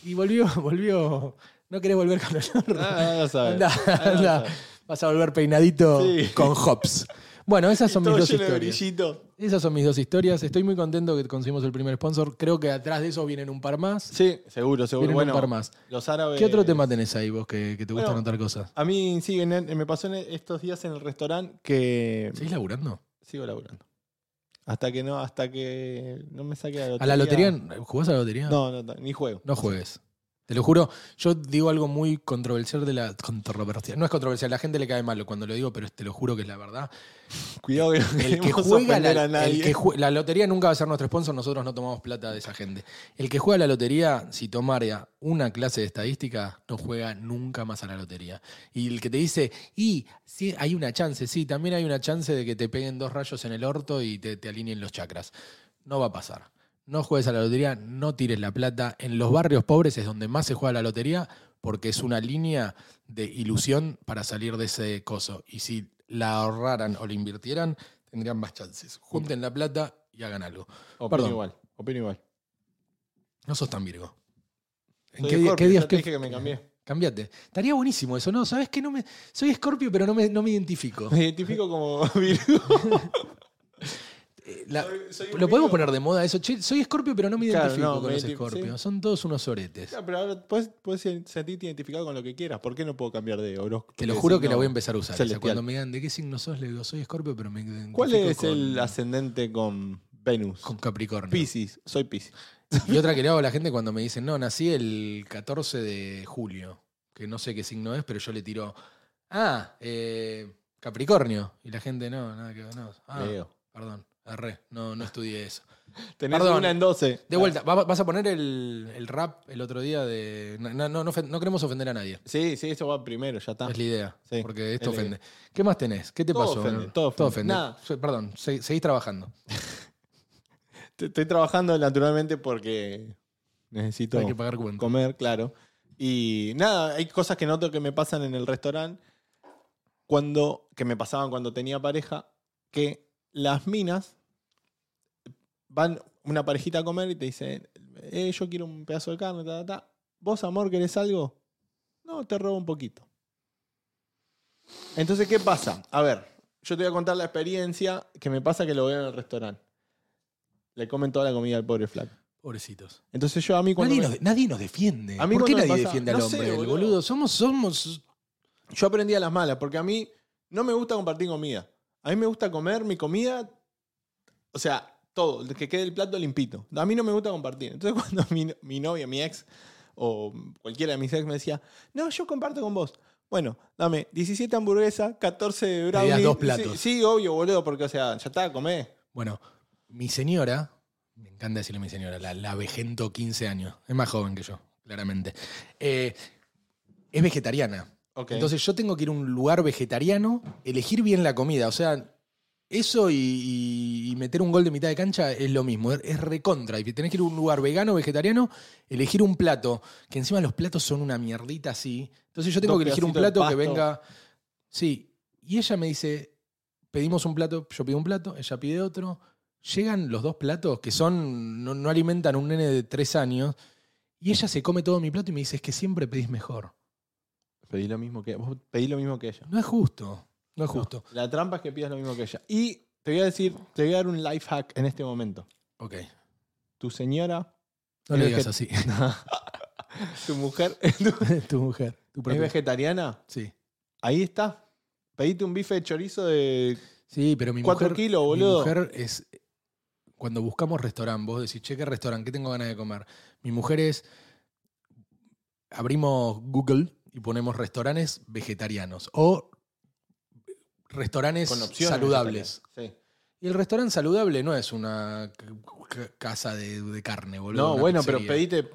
Speaker 2: Y volvió, volvió. No querés volver con olor.
Speaker 1: Ah, ya sabes.
Speaker 2: Anda,
Speaker 1: Ah, ya
Speaker 2: anda.
Speaker 1: sabes.
Speaker 2: Vas a volver peinadito
Speaker 1: Sí.
Speaker 2: con hops. Bueno, esas son mis
Speaker 1: Todo
Speaker 2: dos
Speaker 1: lleno de
Speaker 2: historias.
Speaker 1: brillitos.
Speaker 2: Esas son mis dos historias. Estoy muy contento que conseguimos el primer sponsor. Creo que atrás de eso vienen un par más.
Speaker 1: Sí, seguro, seguro.
Speaker 2: Vienen
Speaker 1: bueno,
Speaker 2: un par más.
Speaker 1: los árabes.
Speaker 2: ¿Qué otro tema tenés ahí vos que, que te gusta
Speaker 1: Bueno.
Speaker 2: anotar cosas?
Speaker 1: A mí sí, en el- me pasó en estos días en el restaurante que
Speaker 2: ¿Seguís laburando?
Speaker 1: sigo laburando. Hasta que no, hasta que no me saque la lotería.
Speaker 2: ¿A la lotería? ¿Jugás a la lotería?
Speaker 1: No, no, no, ni juego.
Speaker 2: No juegues. Te lo juro, yo digo algo muy controversial de la. Controversial. No es controversial, a la gente le cae mal cuando lo digo, pero te lo juro que es la verdad.
Speaker 1: Cuidado que no
Speaker 2: El que
Speaker 1: queremos
Speaker 2: juega
Speaker 1: ofender
Speaker 2: la,
Speaker 1: a nadie.
Speaker 2: el que jue- la lotería nunca va a ser nuestro sponsor, nosotros no tomamos plata de esa gente. El que juega la lotería, si tomara una clase de estadística, no juega nunca más a la lotería. Y el que te dice, y sí, hay una chance, sí, también hay una chance de que te peguen dos rayos en el orto y te, te alineen los chakras. No va a pasar. No juegues a la lotería, no tires la plata. En los barrios pobres es donde más se juega la lotería porque es una línea de ilusión para salir de ese coso. Y si la ahorraran o la invirtieran, tendrían más chances. Junten la plata y hagan algo.
Speaker 1: Opino
Speaker 2: Perdón.
Speaker 1: igual, opino igual.
Speaker 2: No sos tan virgo. ¿En
Speaker 1: Soy
Speaker 2: qué, día-
Speaker 1: Scorpio,
Speaker 2: qué días
Speaker 1: ya te
Speaker 2: qué-
Speaker 1: dije que me cambié.
Speaker 2: Cambiate. Estaría buenísimo eso, ¿no? ¿Sabes que no me Soy escorpio, pero no me, no me identifico.
Speaker 1: Me identifico como Virgo.
Speaker 2: eh, la-
Speaker 1: Soy- soy un
Speaker 2: lo podemos
Speaker 1: Virgo.
Speaker 2: poner de moda eso. Che, soy Scorpio, pero no me
Speaker 1: Claro,
Speaker 2: identifico
Speaker 1: no,
Speaker 2: con
Speaker 1: me
Speaker 2: los
Speaker 1: identif-
Speaker 2: Scorpios. Son todos unos oretes.
Speaker 1: Claro, pero ahora puedes, puedes sentirte identificado con lo que quieras. ¿Por qué no puedo cambiar de horóscopo?
Speaker 2: Te lo
Speaker 1: de
Speaker 2: juro que
Speaker 1: signo?
Speaker 2: la voy a empezar a usar. O sea,
Speaker 1: celestial.
Speaker 2: cuando me digan de qué signo sos, le digo, soy Scorpio, pero me identifico
Speaker 1: ¿Cuál es
Speaker 2: con-
Speaker 1: el ascendente con Venus?
Speaker 2: con Capricornio.
Speaker 1: Piscis, soy Piscis.
Speaker 2: Y otra que le hago a la gente cuando me dicen, no, nací el 14 de julio, que no sé qué signo es, pero yo le tiro, ah, eh, Capricornio. Y la gente, no, nada que ver, no. Ah,
Speaker 1: Leo. Ah.
Speaker 2: perdón, arre, no, no estudié eso.
Speaker 1: Tenés
Speaker 2: Perdón.
Speaker 1: una en 12.
Speaker 2: De vuelta, va- vas a poner el, el rap el otro día de... No, no, no, no ofen- no queremos ofender a nadie.
Speaker 1: Sí, sí, eso va primero, ya está.
Speaker 2: Es la idea,
Speaker 1: Sí,
Speaker 2: porque esto
Speaker 1: es la idea.
Speaker 2: ofende. ¿Qué más tenés? ¿Qué te
Speaker 1: Todo
Speaker 2: pasó?
Speaker 1: ofende,
Speaker 2: Manuel?
Speaker 1: todo ofende. Nada.
Speaker 2: Sí, Perdón, se- seguís trabajando.
Speaker 1: Te- Estoy trabajando naturalmente porque necesito
Speaker 2: Hay que pagar cuentas.
Speaker 1: comer, claro. Y nada, hay cosas que noto que me pasan en el restaurante cuando, que me pasaban cuando tenía pareja, que las minas van una parejita a comer y te dicen, eh, yo quiero un pedazo de carne, ta, ta, ta. ¿Vos, amor, querés algo? No, te robo un poquito. Entonces, ¿qué pasa? A ver, yo te voy a contar la experiencia que me pasa que lo veo en el restaurante. Le comen toda la comida al pobre flaco.
Speaker 2: Pobrecitos.
Speaker 1: Entonces yo a mí cuando...
Speaker 2: Nadie,
Speaker 1: me-
Speaker 2: nos, nadie nos defiende.
Speaker 1: A mí
Speaker 2: ¿Por qué
Speaker 1: cuando me
Speaker 2: nadie
Speaker 1: pasa-
Speaker 2: defiende al
Speaker 1: no sé,
Speaker 2: hombre? el
Speaker 1: boludo.
Speaker 2: boludo. Somos, somos.
Speaker 1: Yo aprendí a las malas, porque a mí no me gusta compartir comida. A mí me gusta comer mi comida, o sea, todo, que quede el plato limpito. A mí no me gusta compartir. Entonces cuando mi, mi novia, mi ex, o cualquiera de mis ex me decía, no, yo comparto con vos. Bueno, dame 17 hamburguesas, 14 de brownie.
Speaker 2: das dos
Speaker 1: Sí,
Speaker 2: platos.
Speaker 1: Sí, obvio, boludo, porque, o sea, ya está, comé.
Speaker 2: Bueno, mi señora, me encanta decirle mi señora, la, la vejento 15 años. Es más joven que yo, claramente. Eh, es vegetariana.
Speaker 1: Ok.
Speaker 2: Entonces yo tengo que ir a un lugar vegetariano, elegir bien la comida. O sea, eso y, y- y meter un gol de mitad de cancha es lo mismo, es- es recontra. Y tenés que ir a un lugar vegano, vegetariano, elegir un plato, que encima los platos son una mierdita así. Entonces yo tengo
Speaker 1: Dos
Speaker 2: que elegir un
Speaker 1: pedacitos
Speaker 2: plato
Speaker 1: de
Speaker 2: que
Speaker 1: pasto.
Speaker 2: venga... Sí, y ella me dice, pedimos un plato, yo pido un plato, ella pide otro. Llegan los dos platos que son, no, no alimentan a un nene de tres años. Y ella se come todo mi plato y me dice, es que siempre pedís mejor.
Speaker 1: pedí lo mismo que vos pedí lo mismo que ella.
Speaker 2: No es justo, no es justo.
Speaker 1: No, la trampa es que pidas lo mismo que ella. Y te voy a decir, te voy a dar un life hack en este momento.
Speaker 2: Ok,
Speaker 1: Tu señora
Speaker 2: no le
Speaker 1: Es
Speaker 2: digas
Speaker 1: que-
Speaker 2: así.
Speaker 1: tu mujer
Speaker 2: tu mujer, tu
Speaker 1: es
Speaker 2: propia.
Speaker 1: vegetariana,
Speaker 2: Sí.
Speaker 1: ahí está. Pedite un bife de chorizo de
Speaker 2: sí, pero mi
Speaker 1: 4
Speaker 2: mujer,
Speaker 1: kilos,
Speaker 2: mi
Speaker 1: boludo.
Speaker 2: mujer es... Cuando buscamos restaurante, vos decís, che, ¿qué restaurante? ¿Qué tengo ganas de comer? Mi mujer es... Abrimos Google y ponemos restaurantes vegetarianos o restaurantes
Speaker 1: con opciones.
Speaker 2: saludables.
Speaker 1: vegetarianas. Sí.
Speaker 2: Y el restaurante saludable no es una c- c- casa de, de carne, boludo.
Speaker 1: No,
Speaker 2: una
Speaker 1: bueno, pero
Speaker 2: pizzería.
Speaker 1: pedite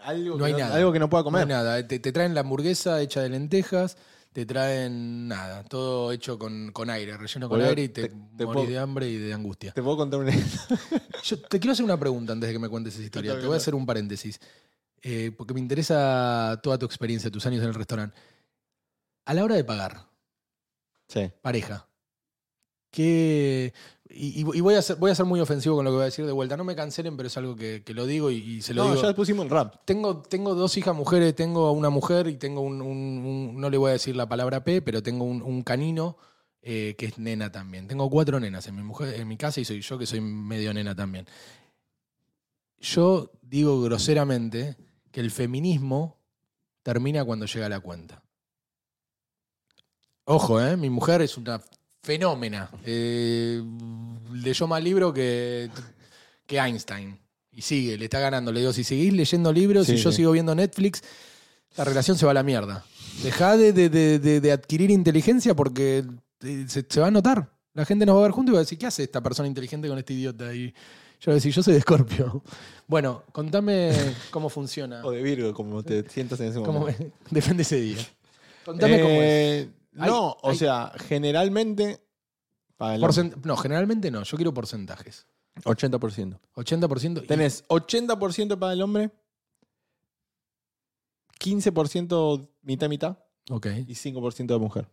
Speaker 1: algo,
Speaker 2: No
Speaker 1: que
Speaker 2: hay nada.
Speaker 1: algo que no pueda
Speaker 2: No hay
Speaker 1: comer.
Speaker 2: nada, te, te traen la hamburguesa hecha de lentejas, te traen nada, todo hecho con, con aire, relleno con
Speaker 1: Boludo,
Speaker 2: aire y te,
Speaker 1: te- te
Speaker 2: morís
Speaker 1: puedo-
Speaker 2: de hambre y de angustia.
Speaker 1: Te puedo contar una.
Speaker 2: Yo te quiero hacer una pregunta antes de que me cuentes esa historia.
Speaker 1: Está
Speaker 2: Te voy a
Speaker 1: bien.
Speaker 2: hacer un paréntesis, eh, porque me interesa toda tu experiencia, tus años en el restaurante. A la hora de pagar,
Speaker 1: sí.
Speaker 2: pareja. Que, y, y- y voy, a ser, voy a ser muy ofensivo con lo que voy a decir de vuelta. No me cancelen, pero es algo que, que lo digo y, y se lo
Speaker 1: No,
Speaker 2: digo.
Speaker 1: ya pusimos el rap.
Speaker 2: Tengo, tengo dos hijas mujeres, tengo una mujer y tengo un, un- un- no le voy a decir la palabra P, pero tengo un, un canino eh, que es nena también. Tengo cuatro nenas en mi, mujer, en mi casa y soy yo que soy medio nena también. Yo digo groseramente que el feminismo termina cuando llega la cuenta. Ojo, ¿eh? mi mujer es una fenómena. Eh, leyó más libro que, que Einstein. Y sigue, le está ganando. Le digo, si seguís leyendo libros,
Speaker 1: Sí,
Speaker 2: si yo
Speaker 1: sí.
Speaker 2: sigo viendo Netflix, la relación se va a la mierda. Dejá de, de- de- de- de adquirir inteligencia porque eh, se, se va a notar. La gente nos va a ver juntos y va a decir, ¿qué hace esta persona inteligente con este idiota? Y yo voy a decir, yo soy de Scorpio. Bueno, contame cómo funciona.
Speaker 1: O de Virgo, como te sientas en ese momento.
Speaker 2: Eh, Cómo me- Depende ese día. Contame cómo es.
Speaker 1: Eh, No,
Speaker 2: Hay-
Speaker 1: o
Speaker 2: hay-
Speaker 1: sea, generalmente. para el
Speaker 2: Porcent- no, generalmente no. Yo quiero porcentajes.
Speaker 1: 80%.
Speaker 2: 80% y-
Speaker 1: Tenés 80% para el hombre, 15% mitad mitad
Speaker 2: Ok.
Speaker 1: y 5% de mujer.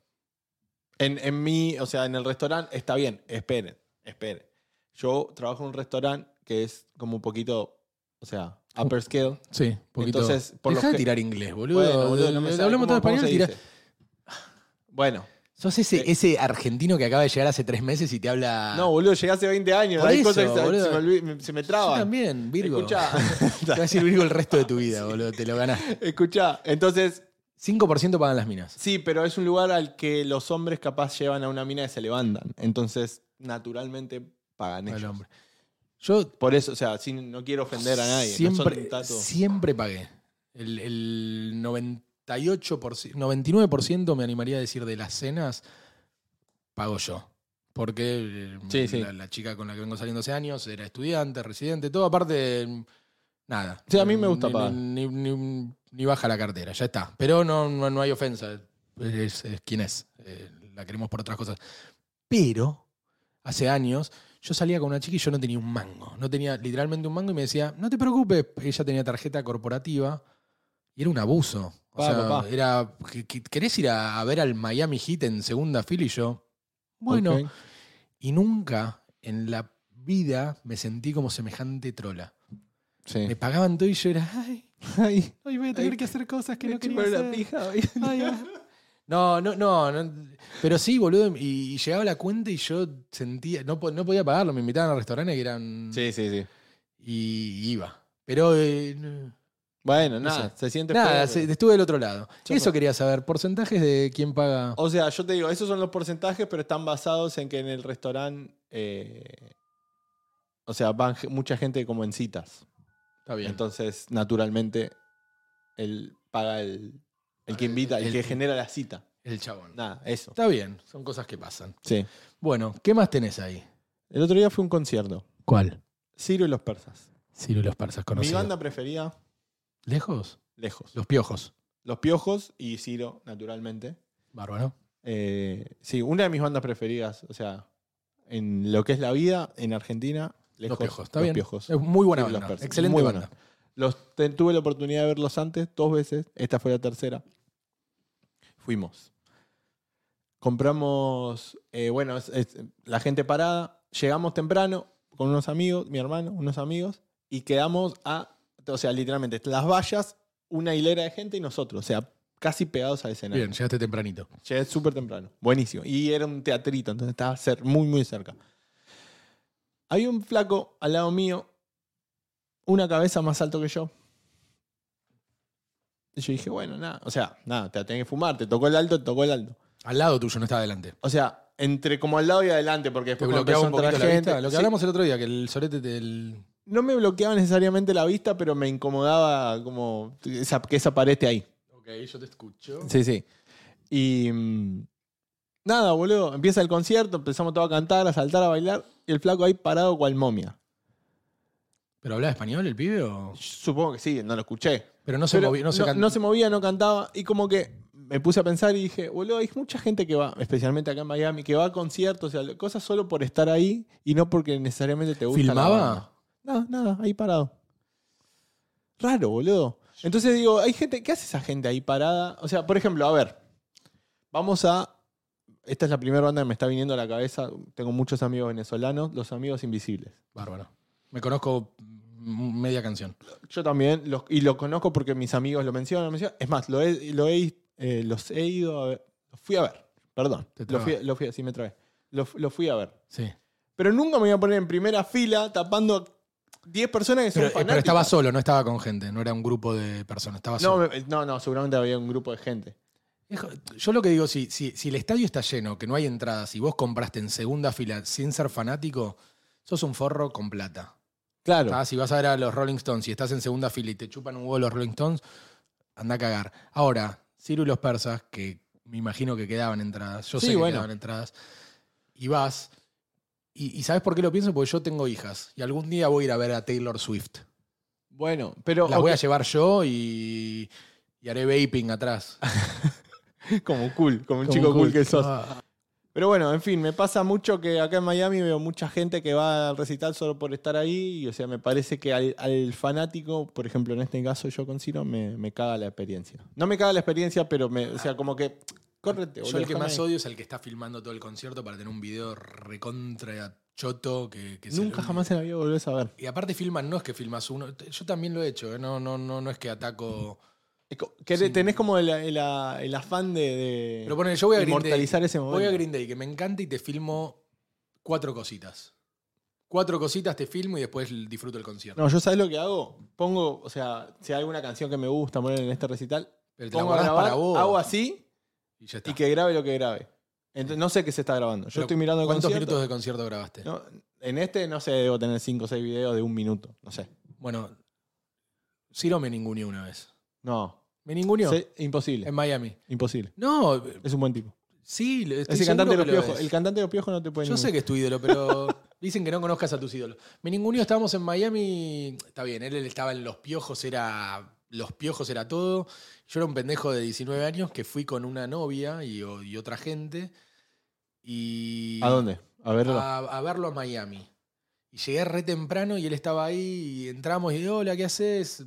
Speaker 1: En, en mi, o sea, en el restaurante está bien, esperen, esperen. Yo trabajo en un restaurante que es como un poquito, o sea, upper scale.
Speaker 2: Sí, poquito.
Speaker 1: Entonces, por lo
Speaker 2: Dejá de
Speaker 1: que-
Speaker 2: tirar inglés, boludo.
Speaker 1: Bueno, boludo, no me
Speaker 2: Le-
Speaker 1: sale.
Speaker 2: Hablamos todo
Speaker 1: ¿Cómo- cómo
Speaker 2: español
Speaker 1: se
Speaker 2: y tirá.
Speaker 1: dice? Bueno,
Speaker 2: Sos ese, ese argentino que acaba de llegar hace tres meses y te habla.
Speaker 1: Eh, No, boludo, llegué hace 20 años.
Speaker 2: Ah. Por
Speaker 1: hay
Speaker 2: eso,
Speaker 1: cosas que se-
Speaker 2: boludo.
Speaker 1: se, me olvi- se me
Speaker 2: Yo
Speaker 1: traban.
Speaker 2: también, Virgo.
Speaker 1: Escucha,
Speaker 2: Te va a decir Virgo el resto de tu vida, boludo. Te lo ganás.
Speaker 1: escucha. Entonces,
Speaker 2: 5% pagan las minas.
Speaker 1: sí, pero es un lugar al que los hombres capaz llevan a una mina y se levantan. Entonces, naturalmente pagan
Speaker 2: al
Speaker 1: ellos.
Speaker 2: hombre. Yo
Speaker 1: Por eso, o sea, sin- no quiero ofender a nadie. no son
Speaker 2: Siempre,
Speaker 1: tato.
Speaker 2: siempre pagué. El, el 98%, 99% me animaría a decir de las cenas, pago yo. Porque eh,
Speaker 1: Sí, sí.
Speaker 2: La, la chica con la que vengo saliendo hace años era estudiante, residente, todo aparte, mm, nada.
Speaker 1: Sí, a mí me gusta
Speaker 2: Ni-
Speaker 1: pagar.
Speaker 2: Ni, ni- ni baja la cartera, ya está. Pero no, no, no hay ofensa. Es, es quien es. Eh, la queremos por otras cosas. Pero, hace años, yo salía con una chica y yo no tenía un mango. No tenía literalmente un mango y me decía, no te preocupes. Ella tenía tarjeta corporativa y era un abuso. O
Speaker 1: Pa,
Speaker 2: sea,
Speaker 1: papá.
Speaker 2: era, "¿Qu- qu- ¿querés ir a, a ver al Miami Heat en segunda fila? Y yo, bueno.
Speaker 1: Ok.
Speaker 2: Y nunca en la vida me sentí como semejante trola.
Speaker 1: Sí.
Speaker 2: Me pagaban todo y yo era, ay,
Speaker 1: Ay,
Speaker 2: hoy voy a
Speaker 1: Ay,
Speaker 2: tener que hacer cosas que
Speaker 1: me
Speaker 2: no quería
Speaker 1: chuparon
Speaker 2: hacer.
Speaker 1: pija hoy.
Speaker 2: Ay, ah. No, no, no, no. Pero sí, boludo. Y, y llegaba la cuenta y yo sentía. No, po- no podía pagarlo. Me invitaban a restaurantes que eran.
Speaker 1: Sí, sí, sí.
Speaker 2: Y iba. Pero. eh, no.
Speaker 1: Bueno,
Speaker 2: No
Speaker 1: nada, se siente
Speaker 2: nada,
Speaker 1: feo,
Speaker 2: se-
Speaker 1: pero-
Speaker 2: estuve del otro lado.
Speaker 1: Yo
Speaker 2: Eso
Speaker 1: no.
Speaker 2: quería saber. Porcentajes de quién paga.
Speaker 1: O sea, yo te digo, esos son los porcentajes, pero están basados en que en el restaurante. eh, o sea, van ge- mucha gente como en citas.
Speaker 2: Está bien.
Speaker 1: Entonces, naturalmente, él paga el, el que invita, el,
Speaker 2: El
Speaker 1: que
Speaker 2: que-
Speaker 1: genera la cita.
Speaker 2: El chabón.
Speaker 1: Nada, eso.
Speaker 2: Está bien. Son cosas que pasan.
Speaker 1: Sí.
Speaker 2: Bueno, ¿qué más tenés ahí?
Speaker 1: El otro día fue un concierto.
Speaker 2: ¿Cuál?
Speaker 1: Ciro y los persas.
Speaker 2: Ciro y los Persas
Speaker 1: Mi
Speaker 2: conocido.
Speaker 1: banda preferida,
Speaker 2: ¿Lejos?
Speaker 1: lejos.
Speaker 2: Los Piojos.
Speaker 1: Los Piojos y Ciro, naturalmente.
Speaker 2: Bárbaro.
Speaker 1: Eh, sí, una de mis bandas preferidas. O sea, en lo que es la vida, en Argentina, lejos.
Speaker 2: los Piojos. Está
Speaker 1: Los
Speaker 2: bien.
Speaker 1: Piojos.
Speaker 2: Es muy buena
Speaker 1: Sí, los
Speaker 2: banda.
Speaker 1: Persas.
Speaker 2: Excelente
Speaker 1: Muy
Speaker 2: banda.
Speaker 1: Los, te- tuve la oportunidad de verlos antes, dos veces. Esta fue la tercera. Fuimos. Compramos, eh, bueno, es- es- la gente parada. Llegamos temprano con unos amigos, mi hermano, unos amigos, y quedamos a, o sea, literalmente, las vallas, una hilera de gente y nosotros, o sea, casi pegados al escenario.
Speaker 2: Bien, llegaste tempranito.
Speaker 1: Llegué súper temprano. Buenísimo. Y era un teatrito, entonces estaba cer- muy, muy cerca. Hay un flaco al lado mío, una cabeza más alto que yo. Y yo dije, bueno, nada. O sea, nada, te la tenés que fumar. Te tocó el alto, te tocó el alto.
Speaker 2: Al lado tuyo, no está adelante.
Speaker 1: O sea, entre como al lado y adelante,
Speaker 2: Te
Speaker 1: porque después cuando
Speaker 2: bloqueaba un
Speaker 1: empezó a entrar
Speaker 2: poquito la vista. Lo que
Speaker 1: sí,
Speaker 2: hablamos el otro día, que el sorete del.
Speaker 1: No me bloqueaba necesariamente la vista, pero me incomodaba como esa- que esa pared esté ahí.
Speaker 2: Ok, yo te escucho.
Speaker 1: Sí, sí. Y mm, nada, boludo. Empieza el concierto, empezamos todos a cantar, a saltar, a bailar. Y el flaco ahí parado cual momia.
Speaker 2: ¿Pero hablaba español el pibe o.?
Speaker 1: Supongo que sí, no lo escuché.
Speaker 2: Pero no se
Speaker 1: Pero
Speaker 2: movió, no se can-
Speaker 1: no se movía, no cantaba. Y como que me puse a pensar y dije, boludo, hay mucha gente que va, especialmente acá en Miami, que va a conciertos, o sea, cosas solo por estar ahí y no porque necesariamente te gusta. la banda.
Speaker 2: ¿Filmaba?
Speaker 1: Nada, nada, ahí parado. Raro, boludo. Entonces digo, hay gente, ¿qué hace esa gente ahí parada? O sea, por ejemplo, a ver, vamos a... Esta es la primera banda que me está viniendo a la cabeza. Tengo muchos amigos venezolanos, los amigos invisibles.
Speaker 2: Bárbaro. Me conozco mm, media canción.
Speaker 1: Yo también, los- y lo conozco porque mis amigos lo mencionan. lo mencionan. Es más, lo he, lo he- eh, los he ido a ver. Los fui a ver, perdón.
Speaker 2: Te
Speaker 1: Lo
Speaker 2: trabas.
Speaker 1: fui, lo fui, sí, me trabé. Lo, lo fui a ver.
Speaker 2: Sí.
Speaker 1: Pero nunca me voy a poner en primera fila tapando a 10 personas que son
Speaker 2: Pero, eh, pero
Speaker 1: fanáticas.
Speaker 2: estaba solo, no estaba con gente, no era un grupo de personas, estaba
Speaker 1: No,
Speaker 2: solo.
Speaker 1: me- no, no, seguramente había un grupo de gente.
Speaker 2: Hijo, Yo lo que digo, si, si, si el estadio está lleno, que no hay entradas, y vos compraste en segunda fila sin ser fanático, sos un forro con plata.
Speaker 1: Claro.
Speaker 2: Ah, si vas a ver a los Rolling Stones, si estás en segunda fila y te chupan un huevo los Rolling Stones, anda a cagar. Ahora, Ciro y los persas, que me imagino que quedaban entradas, yo
Speaker 1: Sí,
Speaker 2: sé que
Speaker 1: bueno.
Speaker 2: quedaban entradas, y vas, y, y ¿sabes por qué lo pienso? Porque yo tengo hijas, y algún día voy a ir a ver a Taylor Swift.
Speaker 1: Bueno, pero.
Speaker 2: Las voy a
Speaker 1: ok,
Speaker 2: llevar yo y, y haré vaping atrás.
Speaker 1: Como cool, como un
Speaker 2: Como
Speaker 1: chico cool,
Speaker 2: cool.
Speaker 1: que sos.
Speaker 2: Ah,
Speaker 1: Pero bueno, en fin, me pasa mucho que acá en Miami veo mucha gente que va al recital solo por estar ahí. Y, o sea, me parece que al, al fanático, por ejemplo, en este caso yo con Ciro, me, me caga la experiencia. No me caga la experiencia, pero me, o sea, como que. Córrete,
Speaker 2: Yo
Speaker 1: boludo,
Speaker 2: el que
Speaker 1: déjame
Speaker 2: más
Speaker 1: ahí.
Speaker 2: odio es el que está filmando todo el concierto para tener un video recontra choto que, que se
Speaker 1: Nunca
Speaker 2: le-
Speaker 1: jamás en la vida volvés a ver.
Speaker 2: Y aparte filman, no es que filmas uno. Yo también lo he hecho, ¿eh? no, no, no, no es que ataco.
Speaker 1: co- que
Speaker 2: Sí.
Speaker 1: tenés como el, el- el afán de, de
Speaker 2: Pero ponele, yo voy a Green Day.
Speaker 1: inmortalizar ese momento.
Speaker 2: Voy a Green Day, que me encanta y te filmo cuatro cositas. Cuatro cositas te filmo y después disfruto el concierto.
Speaker 1: No, yo sabes lo que hago. Pongo, o sea, si hay alguna canción que me gusta poner en este recital,
Speaker 2: Pero te la
Speaker 1: pongo a
Speaker 2: guardás
Speaker 1: grabar,
Speaker 2: para vos.
Speaker 1: hago así
Speaker 2: y ya está.
Speaker 1: y que grabe lo que grabe. Ento- no sé qué se está grabando. Yo
Speaker 2: Pero,
Speaker 1: estoy mirando el
Speaker 2: ¿Cuántos
Speaker 1: concierto.
Speaker 2: minutos de concierto grabaste?
Speaker 1: No, en este, no sé, debo tener 5 o 6 videos de un minuto. No sé.
Speaker 2: Bueno, Ciro me ninguneó una vez.
Speaker 1: No.
Speaker 2: ¿Me ninguneó?
Speaker 1: sé- imposible.
Speaker 2: En Em- Miami.
Speaker 1: Imposible.
Speaker 2: No,
Speaker 1: Es un buen tipo.
Speaker 2: sí, estoy
Speaker 1: Ese
Speaker 2: seguro
Speaker 1: cantante de los
Speaker 2: que lo es.
Speaker 1: piojos. El cantante de los piojos no te puede
Speaker 2: Yo sé
Speaker 1: ningunear.
Speaker 2: que es tu ídolo, pero dicen que no conozcas a tus ídolos. Me ninguneó, estábamos en Miami. Está bien, él él estaba en Los Piojos, era. Los Piojos era todo. Yo era un pendejo de 19 años que fui con una novia y, o- y otra gente. Y.
Speaker 1: ¿A dónde? A verlo.
Speaker 2: A, a verlo a Miami. Y llegué re temprano y él estaba ahí. Y entramos y hola, ¿qué haces?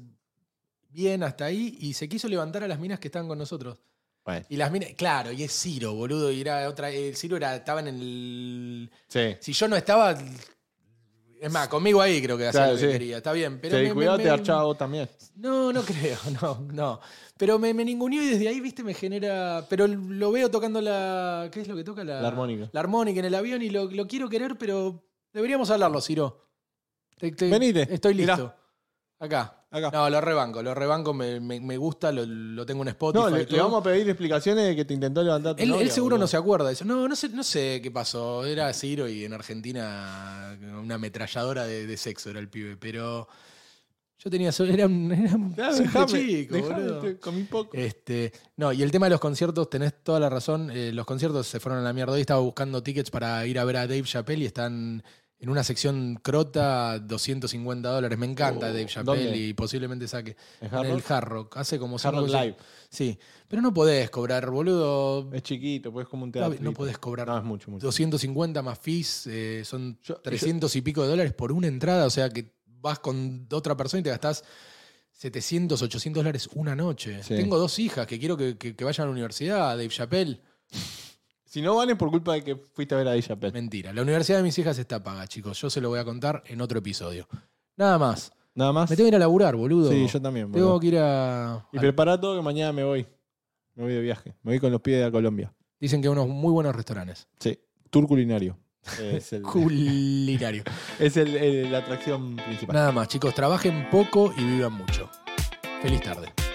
Speaker 2: Bien, hasta ahí. Y se quiso levantar a las minas que estaban con nosotros.
Speaker 1: Bueno,
Speaker 2: Y las minas, claro, y es Ciro, boludo. Y era otra. El Ciro era, estaban en el.
Speaker 1: sí.
Speaker 2: Si yo no estaba. Es más, conmigo ahí creo que hacía
Speaker 1: Claro,
Speaker 2: lo que
Speaker 1: sí.
Speaker 2: quería. Está bien, pero.
Speaker 1: Te
Speaker 2: me- me-
Speaker 1: cuidado,
Speaker 2: me-
Speaker 1: te archaba vos también.
Speaker 2: No, no creo, no, no. Pero me, me ninguneó y desde ahí, viste, me genera. Pero lo veo tocando la. ¿Qué es lo que toca? La,
Speaker 1: La armónica.
Speaker 2: La armónica en el avión y lo, lo quiero querer, pero deberíamos hablarlo, Ciro. Te- te-
Speaker 1: Venite,
Speaker 2: Estoy listo.
Speaker 1: mirá.
Speaker 2: Acá.
Speaker 1: Acá.
Speaker 2: No, lo rebanco, lo rebanco, me, me- me gusta, lo, lo tengo en Spotify.
Speaker 1: No, le,
Speaker 2: y
Speaker 1: le
Speaker 2: todo.
Speaker 1: vamos a pedir explicaciones de que te intentó levantar. tu
Speaker 2: Él, él
Speaker 1: novia,
Speaker 2: seguro
Speaker 1: boludo.
Speaker 2: no se acuerda de eso. No, no sé, no sé qué pasó. Era Ciro y en Argentina una ametralladora de, de sexo era el pibe, pero yo tenía solo. Era un, era un
Speaker 1: Claro,
Speaker 2: simple
Speaker 1: dejame,
Speaker 2: chico,
Speaker 1: dejame,
Speaker 2: boludo.
Speaker 1: te comí poco.
Speaker 2: Este, no, y el tema de los conciertos, tenés toda la razón. eh, los conciertos se fueron a la mierda. Hoy estaba buscando tickets para ir a ver a Dave Chappelle y están en una sección crota, 250 dólares. Me encanta
Speaker 1: Oh,
Speaker 2: Dave Chappelle
Speaker 1: ¿dónde?
Speaker 2: y posiblemente saque.
Speaker 1: ¿En
Speaker 2: En
Speaker 1: Hard
Speaker 2: el
Speaker 1: Rock?
Speaker 2: Hard Rock. Hace como
Speaker 1: Hard
Speaker 2: cinco
Speaker 1: Rock
Speaker 2: o seis-
Speaker 1: Live.
Speaker 2: Sí, pero no podés cobrar, boludo.
Speaker 1: Es chiquito, pues como un
Speaker 2: No,
Speaker 1: teatro.
Speaker 2: no podés cobrar
Speaker 1: No, es mucho, mucho.
Speaker 2: 250 más fees, eh, son
Speaker 1: Yo-
Speaker 2: 300 y pico de dólares por una entrada. O sea que vas con otra persona y te gastás 700, 800 dólares una noche.
Speaker 1: Sí.
Speaker 2: Tengo dos hijas que quiero que, que- que vayan a la universidad, a Dave Chappelle.
Speaker 1: Si no valen por culpa de que fuiste a ver a Dave Chappelle.
Speaker 2: Mentira, la universidad de mis hijas está paga, chicos. Yo se lo voy a contar en otro episodio. Nada más.
Speaker 1: Nada más.
Speaker 2: Me tengo que ir a laburar, boludo.
Speaker 1: Sí, yo también.
Speaker 2: Tengo
Speaker 1: boludo.
Speaker 2: que ir a.
Speaker 1: Y
Speaker 2: a-
Speaker 1: prepara todo que mañana me voy. Me voy de viaje. Me voy con los pies a Colombia.
Speaker 2: Dicen que hay unos muy buenos restaurantes.
Speaker 1: Sí. Tour culinario. Es, el-
Speaker 2: Culinario.
Speaker 1: es el- el- la atracción principal.
Speaker 2: Nada más, chicos. Trabajen poco y vivan mucho. Feliz tarde.